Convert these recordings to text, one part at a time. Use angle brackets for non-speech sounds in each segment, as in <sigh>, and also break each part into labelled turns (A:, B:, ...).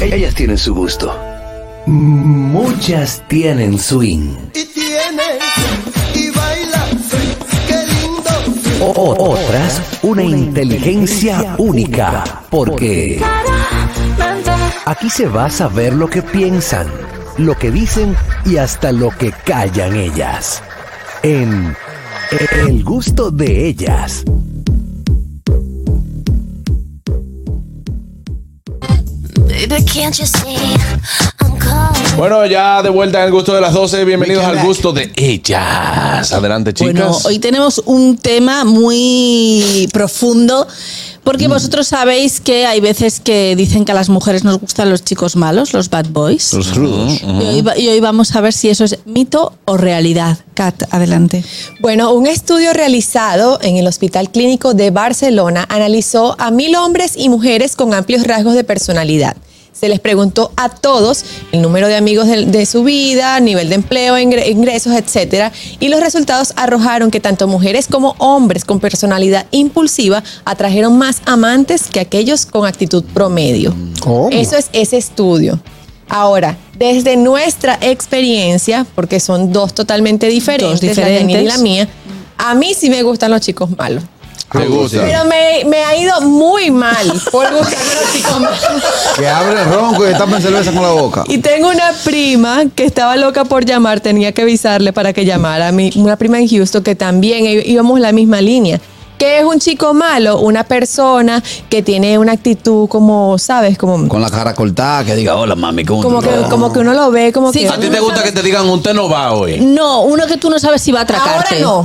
A: Ellas tienen su gusto. Muchas tienen swing.
B: Y tiene, y baila, qué lindo.
A: O- o- otras, una inteligencia única. Porque aquí se va a saber lo que piensan, lo que dicen y hasta lo que callan ellas. En El gusto de ellas.
C: Baby, can't you see I'm calling?
D: Bueno, ya de vuelta en el gusto de las 12. Bienvenidos
E: We
D: al
E: came back.
D: gusto de ellas. Adelante, chicas.
E: Bueno, hoy tenemos un tema muy profundo, porque
F: Mm.
E: vosotros sabéis que hay veces que dicen que a las mujeres nos gustan los chicos malos, los bad boys.
F: Los rudos.
E: Y hoy, va- y hoy vamos a ver si eso es mito o realidad. Kat, adelante.
G: Bueno, un estudio realizado en el Hospital Clínico de Barcelona analizó a mil hombres y mujeres con amplios rasgos de personalidad. Se les preguntó a todos el número de amigos del- de, su vida, nivel de empleo, ingre- ingresos, etcétera, y los resultados arrojaron que tanto mujeres como hombres con personalidad impulsiva atrajeron más amantes que aquellos con actitud promedio.
F: ¿Cómo?
G: Eso es ese estudio. Ahora, desde nuestra experiencia, porque son dos totalmente diferentes, la de Janine y la
E: diferentes.
G: mía, a mí sí me gustan los chicos malos. Ah,
D: ¿Te gusta?
G: Pero me, me ha ido muy mal por gustarme los chicos malos.
F: Que abre ronco y tapan cerveza con la boca.
G: Y tengo una prima que estaba loca por llamar, tenía que avisarle para que llamara. Mi- Una prima en Houston que también í- íbamos la misma línea. ¿Qué es un chico malo? Una persona que tiene una actitud como, ¿sabes? Como,
F: Con la cara cortada, que diga, hola mami, ¿cómo
G: como,
F: tú
G: que,
F: estás?"
G: como que uno lo ve, como
E: Sí,
G: que...
D: ¿A ti te gusta que te digan un no va hoy?
E: No, uno que tú no sabes si va a
G: Ahora
E: atracarte.
G: no.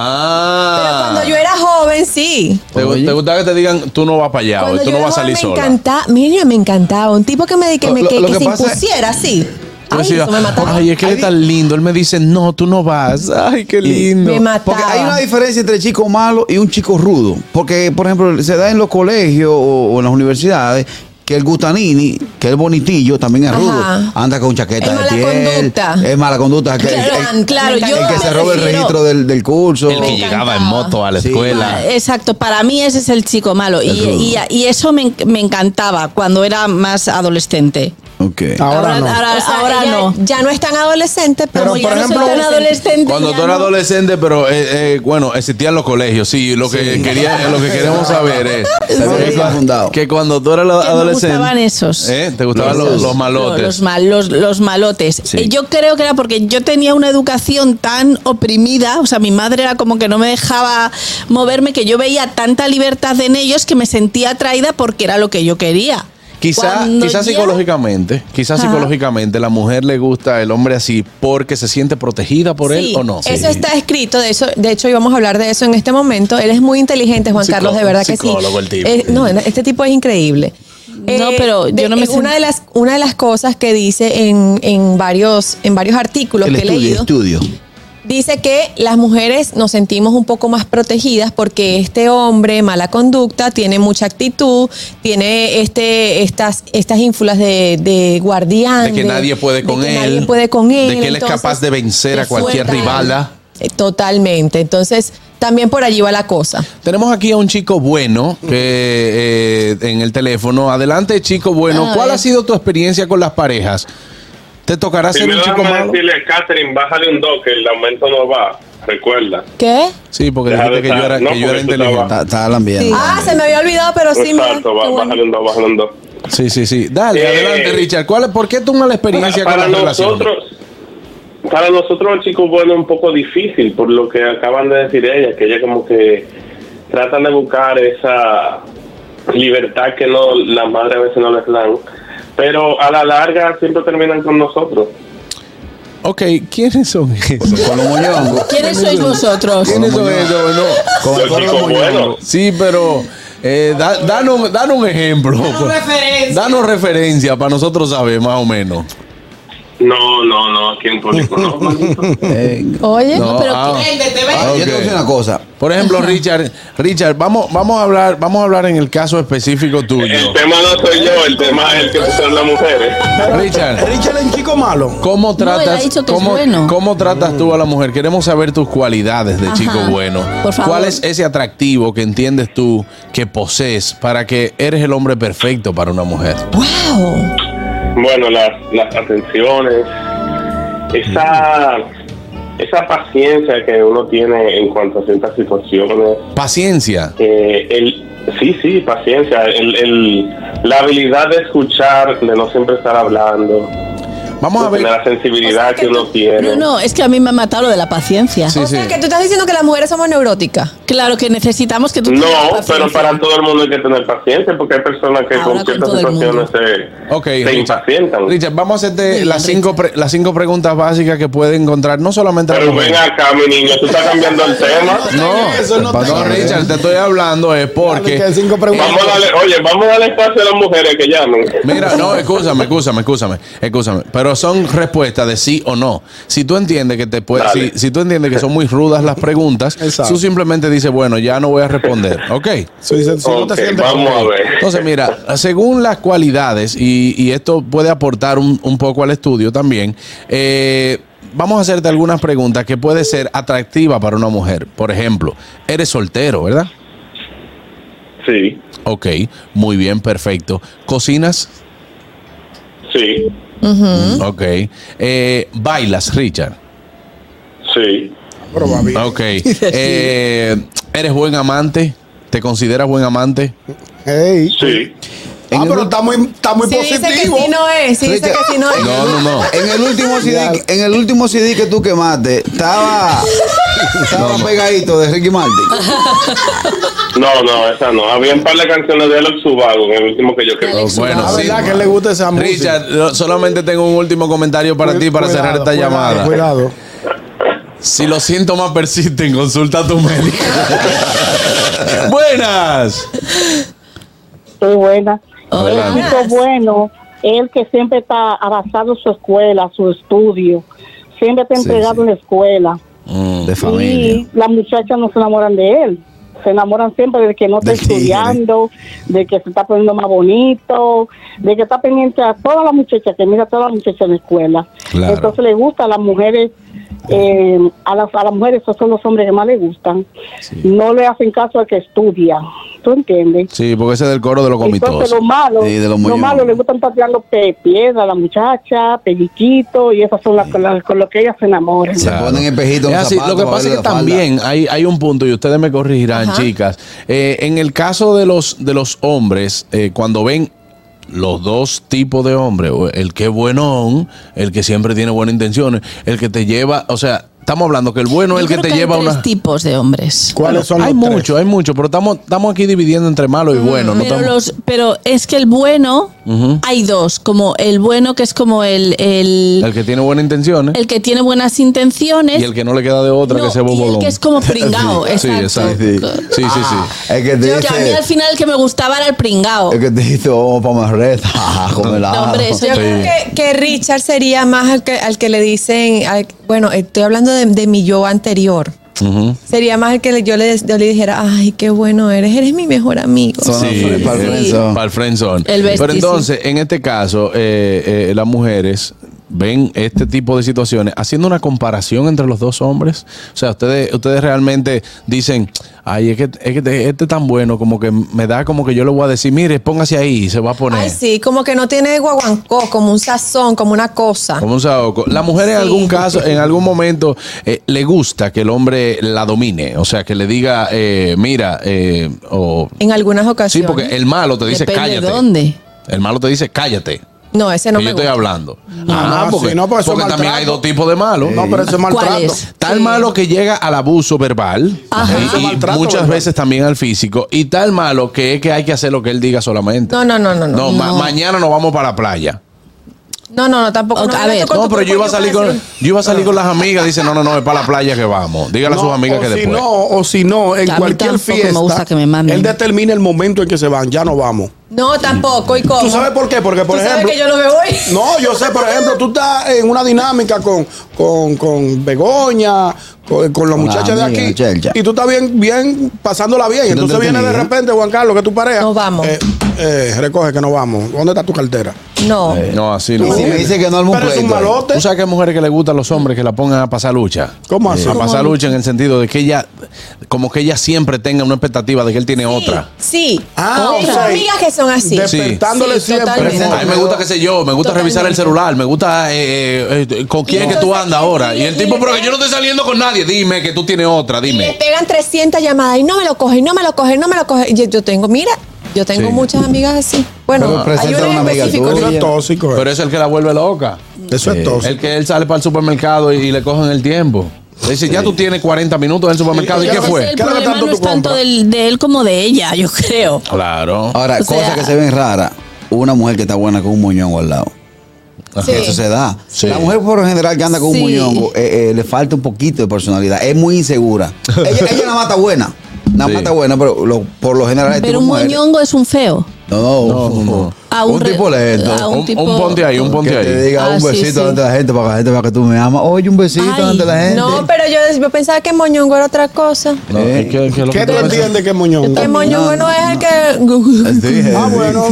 G: Pero
D: Ah.
G: cuando yo era joven, sí.
D: ¿Te,
F: Oye.
D: te gusta que te digan tú no vas para allá hoy?
G: Cuando
D: Tú
G: yo
D: no
G: era
D: vas a
G: joven
D: salir
G: me
D: sola?
G: encantaba, mira, me encantaba. Un tipo que me que,
D: Lo-
G: me,
D: lo-
G: que,
D: lo
G: que
D: que
G: se
D: pasa es-
G: impusiera así.
D: Tú
G: Ay,
D: decías,
G: eso me mataba.
D: Ay, es que él es tan lindo. Él me dice, no, tú no vas. Ay, qué lindo.
G: me mataba.
F: Porque hay una diferencia entre chico malo y un chico rudo. Porque, por ejemplo, se da en los colegios o, o en las universidades que el gutanini, que el bonitillo, también es
G: Ajá.
F: rudo. Anda con chaqueta
G: Es
F: de
G: mala
F: piel.
G: conducta.
F: Es mala conducta. Es que-
E: Claro,
F: el, el-
E: claro,
F: el
E: yo
F: que se
E: me
F: roba el
E: refiero-
F: registro del, del curso.
D: El que llegaba en moto a la
F: Sí.
D: escuela.
E: Exacto, para mí ese es el chico malo. Y,
F: El rudo.
E: y- y eso me, en- me encantaba cuando era más adolescente.
F: Ok.
H: Ahora, no.
E: Ahora,
G: O sea,
E: ahora
G: ella
E: no.
G: Ya no es tan adolescente,
H: Pero,
G: pero,
E: Como ya
H: por
E: no soy
H: ejemplo-
E: tan adolescente,
D: Cuando
E: ya
D: tú eras
E: no.
D: adolescente, pero eh, eh, bueno, existían los colegios, sí. Lo que quería, lo que queremos saber
E: <laughs>
D: es
F: Se había
D: que,
F: confundado.
D: que cuando tú eras la-
E: Que me
D: adolescente,
E: gustaban esos.
D: ¿eh? te gustaban los, los malotes.
E: Los, mal- los- los malotes.
F: Sí.
E: Eh, Yo creo que era porque yo tenía una educación tan oprimida, o sea, mi madre era como que no me dejaba moverme, que yo veía tanta libertad en ellos que me sentía atraída porque era lo que yo quería.
D: Quizá,
E: Cuando
D: quizá
E: ya-
D: psicológicamente, quizá
E: Ajá.
D: psicológicamente la mujer le gusta el hombre así porque se siente protegida por
E: Sí,
D: él o no.
G: Eso está escrito, de, eso, de hecho íbamos a hablar de eso en este momento. Él es muy inteligente, Juan
D: Psicó-
G: Carlos, de verdad que sí.
D: psicólogo el tipo.
G: Eh, no, este tipo es increíble.
E: No, pero yo no me
G: una
E: sent-
G: de las una de las cosas que dice en, en varios en varios artículos
F: El
G: que he
F: estudio,
G: leído
F: estudio.
G: Dice que las mujeres nos sentimos un poco más protegidas porque este hombre, mala conducta, tiene mucha actitud, tiene este, estas, estas ínfulas de, de guardián.
D: De que nadie puede con
G: de que
D: él,
G: Nadie puede con él.
D: de que él es capaz de vencer a
G: de
D: cualquier
G: fuerza.
D: rivala.
G: Eh, Totalmente. Entonces, también por allí va la cosa.
D: Tenemos aquí a un chico bueno que, eh, en el teléfono. Adelante, chico bueno.
E: A
D: ¿Cuál
E: ver.
D: ha sido tu experiencia con las parejas? ¿Te tocará ser un
I: Primero
D: chico
I: vamos a
D: malo?
I: decirle, Catherine, bájale un do, que el aumento no va. Recuerda.
G: ¿Qué?
D: Sí, porque
I: Deja
D: dijiste
I: de
D: que yo
I: estar-
D: era,
I: no,
D: que yo era
I: porque tú estabas-
D: inteligente.
F: Está, está lambiendo.
G: Ah, se me había olvidado, pero sí, mira,
I: Exacto,
G: qué
I: va-
G: bueno.
I: bájale un do, bájale un do.
D: Sí, sí, sí. Dale,
I: Eh.
D: adelante, Richard. ¿Cuál, es- ¿Por qué tú mala experiencia
I: para
D: con las relaciones?
I: nosotros, para nosotros el chico bueno es un poco difícil, por lo que acaban de decir ella, que ella como que tratan de buscar esa libertad que no las madres a veces no les dan. Pero a la larga siempre terminan con nosotros.
D: Ok, ¿quiénes son esos?
F: Con los moñongos.
E: ¿Quiénes sois vosotros?
D: ¿Quiénes son
F: Moñongo.
D: esos? No.
F: Con
I: Los
F: con los
I: chicos
F: moñongos.
I: buenos.
D: Sí, pero eh, da- danos, danos un ejemplo. Danos referencia. para nosotros saber más o menos.
I: No, no, no, aquí en público no. manito.
F: Eh,
G: Oye,
D: No,
E: pero
D: ah,
F: ahora, Yo
D: ok.
F: te voy a decir una cosa.
D: Por ejemplo, Richard, Richard, vamos, vamos a hablar, vamos a hablar en el caso específico tuyo.
I: El tema no soy yo, el tema es el que pusieron las mujeres.
D: Richard,
H: Richard es un chico malo.
D: ¿cómo tratas,
E: él ha dicho que es
D: cómo,
E: bueno.
D: cómo tratas tú a la mujer? Queremos saber tus cualidades de
E: Ajá,
D: chico bueno.
E: por favor.
D: ¿Cuál es ese atractivo que entiendes tú que posees para que eres el hombre perfecto para una mujer?
G: wow.
I: Bueno, las, las atenciones, esa, esa paciencia que uno tiene en cuanto a ciertas situaciones,
D: Paciencia.
I: eh, el, sí, sí, paciencia, el, el- la habilidad de escuchar, de no siempre estar hablando,
D: Vamos a ver.
I: de la sensibilidad
G: O sea,
I: que uno tiene.
E: Bruno, es que a mí me ha matado lo de la paciencia.
D: Sí,
G: o sea,
D: sí.
G: que tú estás diciendo que las mujeres somos neuróticas.
E: Claro que necesitamos que tú tengas
I: No,
E: paciencia.
I: pero para todo el mundo hay que tener paciencia porque hay personas que
E: Ahora
I: con
E: con
I: ciertas
E: todo el
I: situaciones se,
D: Ok,
I: se
D: Richard.
I: impacientan.
D: Richard, vamos a hacerte
E: Bien,
D: las cinco, pre- las cinco preguntas básicas que puede encontrar no solamente la
I: Pero
D: mujer.
I: ven acá, mi niño, tú estás cambiando
D: <laughs>
I: el tema.
D: No,
H: Eso no
D: pa- no,
H: tengo.
D: Richard, te estoy hablando es porque.
H: Que cinco preguntas.
I: Vamos a darle, oye, vamos a darle espacio a las mujeres que llamen.
D: Mira, no, escúchame, escúchame, escúchame, escúchame. Pero son respuestas de sí o no. Si tú entiendes que te puede, si,
I: Dale.
D: si tú entiendes que son muy rudas las preguntas,
H: Exacto.
D: tú simplemente dices, bueno, ya no voy a responder. Ok.
H: Sí, sí, sí, no te
I: Ok,
H: sientes
I: vamos
H: como-
I: a ver.
D: Entonces, mira, según las cualidades, y, y esto puede aportar un, un poco al estudio también, eh, vamos a hacerte algunas preguntas que puede ser atractiva para una mujer. Por ejemplo, eres soltero, ¿verdad?
I: Sí,
D: Ok, muy bien, perfecto. ¿Cocinas?
I: sí,
D: Ok. Eh, ¿Bailas, Richard?
I: sí,
H: Pero, papi, <laughs>
D: Ok. Eh, ¿Eres buen amante? ¿Te consideras buen amante?
H: hey.
I: sí.
H: Ah, pero está muy, está muy
G: Si dice que
H: positivo.
G: sí no es, si dice
F: Richard,
G: que sí no es.
D: No, no, no.
F: <laughs> En el último
H: Ya.
F: CD, en el último CD que tú quemaste, estaba, estaba pegadito de Ricky Martin.
I: No, no, esa no. Había un par de canciones de Alex Subago en el último que yo quedé.
D: Alex Oh, Bueno,
H: La
D: sí.
H: verdad que le gusta esa música.
D: Richard, lo- solamente tengo un último comentario para ti para cerrar esta
H: Cuidado,
D: llamada.
H: Cuidado.
D: Si los síntomas persisten, consulta a tu médico.
H: <laughs>
D: Buenas.
J: Qué buena.
E: Oh,
D: Hola.
J: El chico bueno, el que siempre está avanzado su escuela, su estudio, siempre está
F: Sí,
J: entregado
F: sí.
J: en la escuela.
D: Mm,
F: De
J: Y
F: familia.
J: las muchachas no se enamoran de él. Se enamoran siempre del que no está
F: Del tigre.
J: estudiando, de que se está poniendo más bonito, de que está pendiente a todas las muchachas, que mira a todas las muchachas en la escuela.
D: Claro.
J: Entonces le gusta a las mujeres, eh, a, las, a las mujeres esos son los hombres que más le gustan. No le hacen caso al que estudia. ¿Tú entiendes?
D: Sí, porque ese es del coro de los
J: Entonces
D: comitosos.
J: lo malo,
F: Sí, de los
J: lo
F: mollones.
J: malo le gustan estar tirando pe- piedra a la muchacha, pelliquito, y esas son las con las- con lo que ellas se enamoran.
F: Se ponen espejitos en
D: Es
F: los
D: así,
F: zapatos
D: Lo que
F: para
D: pasa es
F: verle
D: que
F: la falda.
D: también hay, hay un punto, y ustedes me corregirán,
E: Ajá.
D: chicas. Eh, en el caso de los, de los hombres, eh, cuando ven los dos tipos de hombres, o el que es buenón, el que siempre tiene buenas intenciones, el que te lleva, o sea, estamos hablando que el bueno
E: Yo
D: es el que
E: creo
D: te
E: hay
D: lleva a
E: tres
D: una...
E: tipos de hombres.
H: ¿Cuáles son
D: hay
H: los tres?
D: mucho, hay mucho, pero estamos, estamos aquí dividiendo entre malo y bueno. no
E: Pero,
D: estamos-
E: los, pero es que el bueno, hay dos, como el bueno que es como el, el,
D: el que tiene buenas intenciones
E: el que tiene buenas intenciones.
D: y el que no le queda de otra
E: No,
D: que se
E: y el
D: bobolón.
E: que es como pringao,
D: <laughs> Sí,
E: exacto. Ah.
D: exacto. Sí, sí, sí.
F: El Ah. que te
E: Yo- que a mí
F: dice,
E: al final el que me gustaba era el pringao.
F: el que te dice, oh, para más red, <laughs> con el
E: No, hombre, eso
G: Yo
D: Sí.
G: creo que, que Richard sería más al que, al que le dicen, al- bueno, estoy hablando de, de mi yo anterior.
D: Ujú.
G: Sería más el que le- yo le, yo le dijera, ay, qué bueno eres, eres mi mejor amigo.
F: Son-
D: Sí,
F: Para el
D: eh,
F: friendzone.
D: para el friendzone.
E: El bestie,
D: Pero entonces, en este caso, eh, eh, las mujeres ven este tipo de situaciones haciendo una comparación entre los dos hombres. O sea, ustedes, ustedes realmente dicen, ay, es que, es que te- este es tan bueno, como que me da como que yo le voy a decir, mire, póngase ahí y se va a poner.
G: Ay, sí, como que no tiene guaguancó, como un sazón, como una cosa.
D: Como un saoco. La mujer en
G: Sí.
D: algún caso, en algún momento, eh, le gusta que el hombre la domine. O sea, que le diga, eh, mira, eh, o...
G: En algunas
D: Sí,
G: ocasiones.
D: porque el malo te dice,
E: Depende
D: cállate.
E: de dónde.
D: El malo te dice, cállate.
G: No, ese no
D: que
G: me
D: yo estoy
G: gusta.
D: hablando.
H: Ah, sí, no, porque eso es
D: también
H: maltrato.
D: hay dos tipos de malos.
H: No, pero eso es maltrato.
E: ¿Cuál es?
D: Tal
G: Sí.
D: malo que llega al abuso verbal
E: Ajá.
D: y-
H: Eso es
D: y,
H: maltrato
D: muchas
H: verbal.
D: veces también al físico y tal malo que es que hay que hacer lo que él diga solamente.
G: No, no, no, no, no.
D: No, ma-
E: No.
D: mañana nos vamos para la playa.
G: No, no, no, tampoco.
E: Ok,
G: no,
E: a
G: me
E: ver.
G: meto con
D: No,
G: tu
D: pero yo
G: cuerpo,
D: iba a salir
G: para
D: con
G: hacer-
D: yo iba a salir con las amigas, dice, "No, no, no, es para la playa que vamos." Dígale a sus
H: No,
D: amigas
H: o
D: que
H: si
D: después.
H: no, o si no, en
E: Que a mí
H: cualquier
E: tampoco me
H: fiesta,
E: gusta que me manden.
H: él determina el momento en que se van, ya no vamos.
G: No, tampoco. ¿Y cómo?
H: ¿Tú sabes por qué? Porque, por
G: ¿Tú
H: ejemplo.
G: sabes que yo no me voy?
H: <laughs> No, yo sé, por ejemplo, tú estás en una dinámica con, con, con Begoña, con, con los
F: Con la
H: muchachos de
F: amiga,
H: aquí.
F: Chelcha.
H: Y tú estás bien, bien, pasándola bien.
F: Yo te
H: Entonces viene de
F: entendí, ¿eh?
H: repente, Juan Carlos, que tu pareja.
G: No vamos.
H: Eh, eh, recoge que no vamos. ¿Dónde está tu cartera?
G: No.
H: eh.
D: No, así
H: Tú
D: no.
H: sí me dices que no arma un Pero es un pleito ahí. malote.
D: ¿Tú sabes que hay mujeres que le gustan los hombres que la pongan a pasar lucha? Eh,
H: ¿Cómo así?
D: A pasar lucha en el sentido de que ella, como que ella siempre tenga una expectativa de que él tiene otra.
G: Sí.
H: Ah,
G: Tengo
H: o sea,
G: amigas que son así.
H: Despertándole
G: Sí,
H: siempre.
G: totalmente.
D: A mí me gusta, qué sé yo, me gusta revisar el celular, me gusta eh, eh, eh, con quién es que tú andas ahora. Y el tipo, pero que yo no estoy saliendo con nadie, dime que tú tienes otra,
G: Le
D: dime.
G: pegan 300 llamadas y no me lo coge, y no me lo coge, no me lo coge. Y Yo, yo tengo, mira, yo tengo
D: Sí.
G: muchas amigas así. Bueno,
F: Pero presenta
G: hay
F: una
G: una en
F: amiga
G: específico.
H: Eso
F: tuya.
H: es tóxico. eh.
D: Pero es el que la vuelve loca. Eh,
H: Eso es tóxico.
D: El que él sale para el supermercado y, y le cogen el tiempo. Le dice, ya tú tienes 40 minutos en el supermercado. ¿Y
H: Ese
D: qué
H: es
D: fue?
E: El
H: ¿Qué es lo que
E: problema
H: tanto
E: no
H: tú
E: es tanto
H: compras?
E: del- de él como de ella, yo creo.
D: Claro.
F: Ahora,
E: O
F: cosas
E: sea-
F: que se ven raras. Una mujer que está buena con un moñongo al lado.
G: Sí.
F: Eso se da.
D: Sí.
F: La mujer por lo general que anda con
E: Sí.
F: un moñongo eh, eh, le falta un poquito de personalidad. Es muy
E: <laughs>
F: insegura. ella, ella nada más está buena. Nada
D: Sí.
F: más está buena, pero lo- por lo general este
E: Pero un
F: tipo de mujeres-
E: moñongo es un feo.
F: No, no,
D: No, no.
E: A
F: un,
E: un re-
F: tipo
E: a
F: lento.
E: un
D: Un,
E: tipo-
D: un ponte ahí, un ponte
F: que te
D: ahí.
F: diga
E: Ah,
F: un
E: sí,
F: besito
E: sí.
F: ante la gente para que la gente vea que tú me amas. Oye, un besito
E: Ay,
F: ante la gente.
G: No, pero yo, yo pensaba que moñongo era otra cosa.
D: No,
F: Eh,
D: es que- es que lo que
H: ¿Qué tú
D: pasa-
H: entiendes que es Muñón?
G: Que moñongo no, es el que.
F: Sí,
H: Ah,
F: sí.
H: bueno.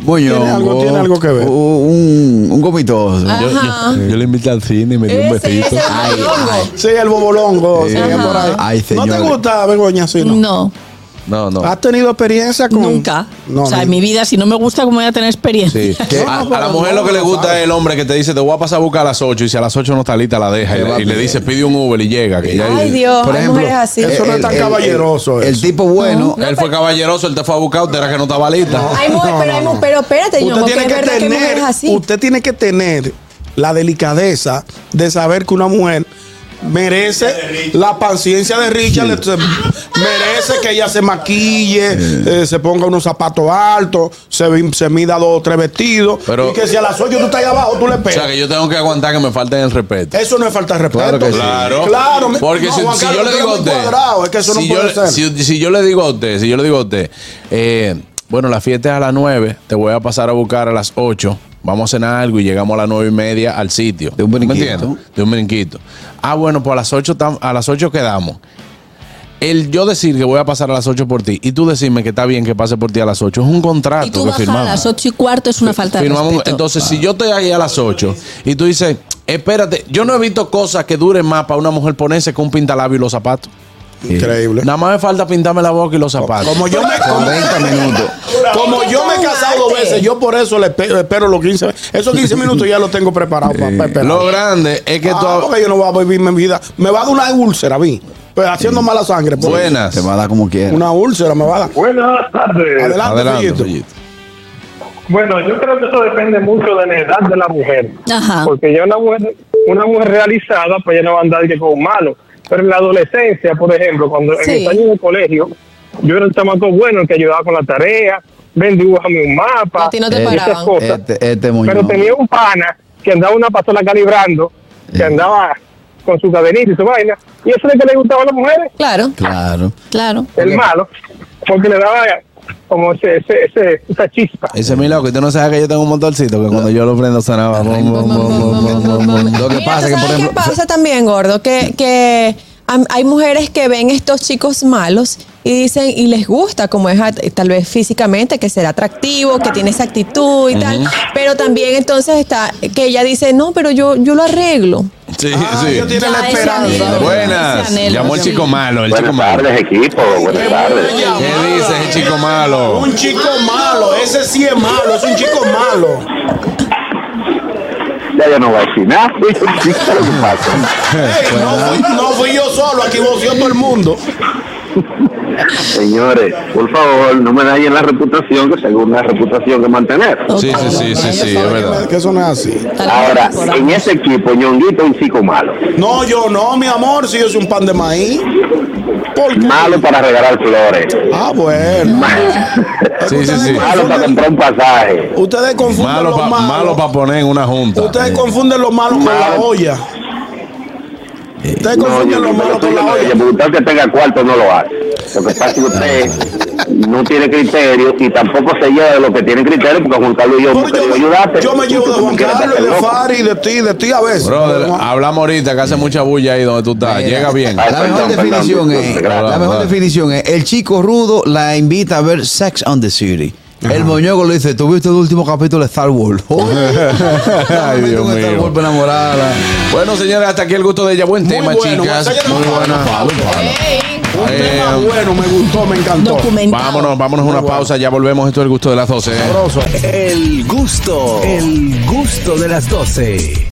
F: Moñongo.
H: Tiene algo- tiene algo que ver.
F: Un, un, un gomitoso.
D: Yo, yo- yo le invité al cine y me dio un
G: Ese, ese
D: besito.
G: es moñongo.
H: Sí, el bobolongo.
F: Eh,
H: sí, es por ahí.
F: ajá. Ay,
H: ¿No te
F: señores.
H: gusta, Begoña? así, no.
E: No,
D: No, no.
H: ¿Has tenido experiencia con.?
E: nunca.
H: No,
E: o sea,
H: no.
E: en mi vida, si no me gusta, ¿cómo voy a tener experiencia?
D: Sí.
F: ¿Qué?
H: No,
D: A,
H: pero
D: a la
H: no,
D: mujer lo que
H: no
D: le gusta
H: sabe.
D: es el hombre que te dice, te voy a pasar a buscar a las 8 y si a las 8 no está lista, la deja y,
F: Te va
D: le- y le
F: bien.
D: dice, pide un Uber y llega. que ya-
G: Ay, Dios, hay mujeres así.
H: eso no es tan caballeroso,
F: El,
H: eso.
F: tipo bueno.
D: Él fue caballeroso, él te fue a buscar, usted era que no estaba lista.
G: Hay
H: <laughs>
G: mu-
H: No,
G: pero,
H: no,
G: hay,
H: no.
G: mu- pero espérate, yo
H: usted
G: porque
H: tiene
G: es
H: que
G: verdad que hay mujeres
H: tener,
G: así.
H: usted tiene que tener la delicadeza de saber que una mujer merece la paciencia de Richard, le- se- merece que ella se maquille, eh, se ponga unos zapatos altos, se, vi- se mida dos o tres vestidos,
D: Pero-
H: y que si a las 8 tú estás ahí abajo, tú le
D: O
H: pegas.
D: sea, que yo tengo que aguantar que me falten el respeto.
H: eso no es falta de respeto.
F: Claro que sí.
D: Claro,
H: Claro, mi-
D: porque
H: no,
D: si,
H: Juan
D: si
H: Carlos,
D: yo le
H: tú eres
D: digo a
H: muy
D: usted,
H: cuadrado, es que eso
D: si
H: no
D: yo
H: puede
D: le-
H: ser.
D: si- si yo le digo a usted, si yo le digo a usted, eh, bueno, la fiesta es a las 9, te voy a pasar a buscar a las 8, vamos a cenar algo y llegamos a las 9 y media al sitio.
F: De un
D: ¿Me
F: brinquito.
D: entiendes? De un brinquito. Ah, bueno, pues a las 8, tam- a las 8 quedamos. El yo decir que voy a pasar a las 8 por ti y tú decirme que está bien que pase por ti a las 8 es un contrato
E: Y tú
D: que
E: bajas a
D: firmamos.
E: las ocho y cuarto es una falta de
D: Firmamos-
E: respeto.
D: Entonces, si yo estoy ahí a las 8 y tú dices, espérate, yo no he visto cosas que duren más para una mujer ponerse con un pintalabio y los zapatos.
H: Increíble.
D: Nada más me falta pintarme la boca y los zapatos.
H: Como yo me
F: Con 20 minutos.
H: Como yo me he casado dos veces, yo por eso le espe- espero los 15 Esos 15 minutos ya los tengo preparados para esperar.
D: Lo grande es que
H: Ah,
D: tú-
H: porque yo no voy a vivir mi vida. Me va a dar una úlcera a mí. Pero haciendo mala sangre. por
D: Buenas.
F: Te va a dar como
H: eso.
F: quieras.
H: Una úlcera me va a dar.
I: Buenas tardes.
H: Adelante,
D: Adelante,
H: Fellito.
D: Fellito.
I: Bueno, yo creo que eso depende mucho de la edad de la mujer.
G: Ah.
E: Ajá.
I: Porque ya una mujer, una mujer realizada, pues ya no va a andar que con un malo. Pero en la adolescencia, por ejemplo, cuando en
E: Sí.
I: los años de colegio, yo era el chamaco bueno, el que ayudaba con la tarea, ven, dibújame un mapa,
G: A ti no te
I: y esas
G: paraban.
I: cosas.
F: Eh, Este, este moñongo.
I: pero tenía un pana que andaba una pasola calibrando, que andaba con su cadenita y su vaina, y eso es lo que le gustaba a las mujeres,
G: Claro,
F: Claro.
E: Claro.
I: el malo, porque le daba como ese, ese, ese- esa chispa.
D: Ese es mi loco, y tú no sabes que yo tengo un motorcito que cuando yo lo prendo sonaba. bom, bom, bom, bom, bom, bom, bom.
F: Lo que
G: Mira,
F: pasa es que,
G: ¿tú
F: por
G: ¿sabes qué
F: ejemplo,
G: pasa también, gordo? Que, que am- hay mujeres que ven estos chicos malos y dicen, y les gusta, como es at- tal vez físicamente, que será atractivo, que tiene esa actitud y tal. Pero también entonces está que ella dice, no, pero yo, yo lo arreglo.
D: Sí,
H: Ah,
D: sí.
H: yo tiene
E: Ya,
H: la
E: ese
H: esperanza.
E: anhelo.
D: Buenas.
E: Ese anhelo,
D: Llamó el
E: sí.
D: chico malo, el chico
K: Buenas
D: malo.
K: tardes, equipo. Buenas tardes.
D: ¿Qué dices, el chico malo?
H: Un chico malo. Ese sí es malo. Es un chico malo.
K: Ya yo no voy a decir nada. <laughs> ¿Qué es lo que pasa?
H: Ey, no, fui, no fui yo solo. Aquí voció todo el mundo.
K: Señores, por favor, no me dañen la reputación, que según la reputación que mantener.
D: Sí, sí, sí, sí, sí, es verdad.
H: Que eso no es así.
E: Tal vez
K: Ahora,
E: por ahí.
K: en ese equipo, Ñonguito es un chico malo.
H: No, yo no, mi amor. Si yo soy un pan de maíz. ¿Por qué?
K: Malo para regalar flores.
H: Ah, bueno.
D: <laughs> Sí, sí, sí.
G: Ah,
K: Malo para comprar un pasaje.
H: Ustedes confunden
D: Malo
H: lo
D: para
H: malo.
D: poner en una junta.
H: Ustedes confunden lo malo con la
K: Malo.
H: olla. Ustedes
K: No,
H: confunden
K: yo no
H: lo malo con la
K: no,
H: olla.
I: Ah,
K: porque usted que tenga cuarto no lo hace. Lo que pasa es que usted
G: no tiene criterio y tampoco se lleva de lo que tiene criterio porque Juan Carlos y yo hemos querido ayudarte.
I: Yo me llevo de Juan Carlos, de Fari, de ti, de ti a veces.
D: Brother, hablamos ahorita que hace mucha bulla ahí donde tú estás. Llega bien.
F: La mejor definición es, la mejor
D: Brother.
F: definición es, el chico rudo la invita a ver Sex on the City. El moñoco le dice, ¿tú viste el último capítulo de Star
D: <laughs>
F: Wars?
D: Ay, Dios mío. Bueno, señores, hasta aquí el gusto de ella. Buen tema,
I: bueno,
D: chicas.
I: bueno,
D: Muy
I: bueno,
D: buena.
I: bueno, Un
D: Eh,
I: tema bueno, me gustó, me encantó.
D: Vámonos, vámonos a una pausa. Ya volvemos. Esto es el gusto de las 12. ¿eh?
A: El gusto, el gusto de las 12.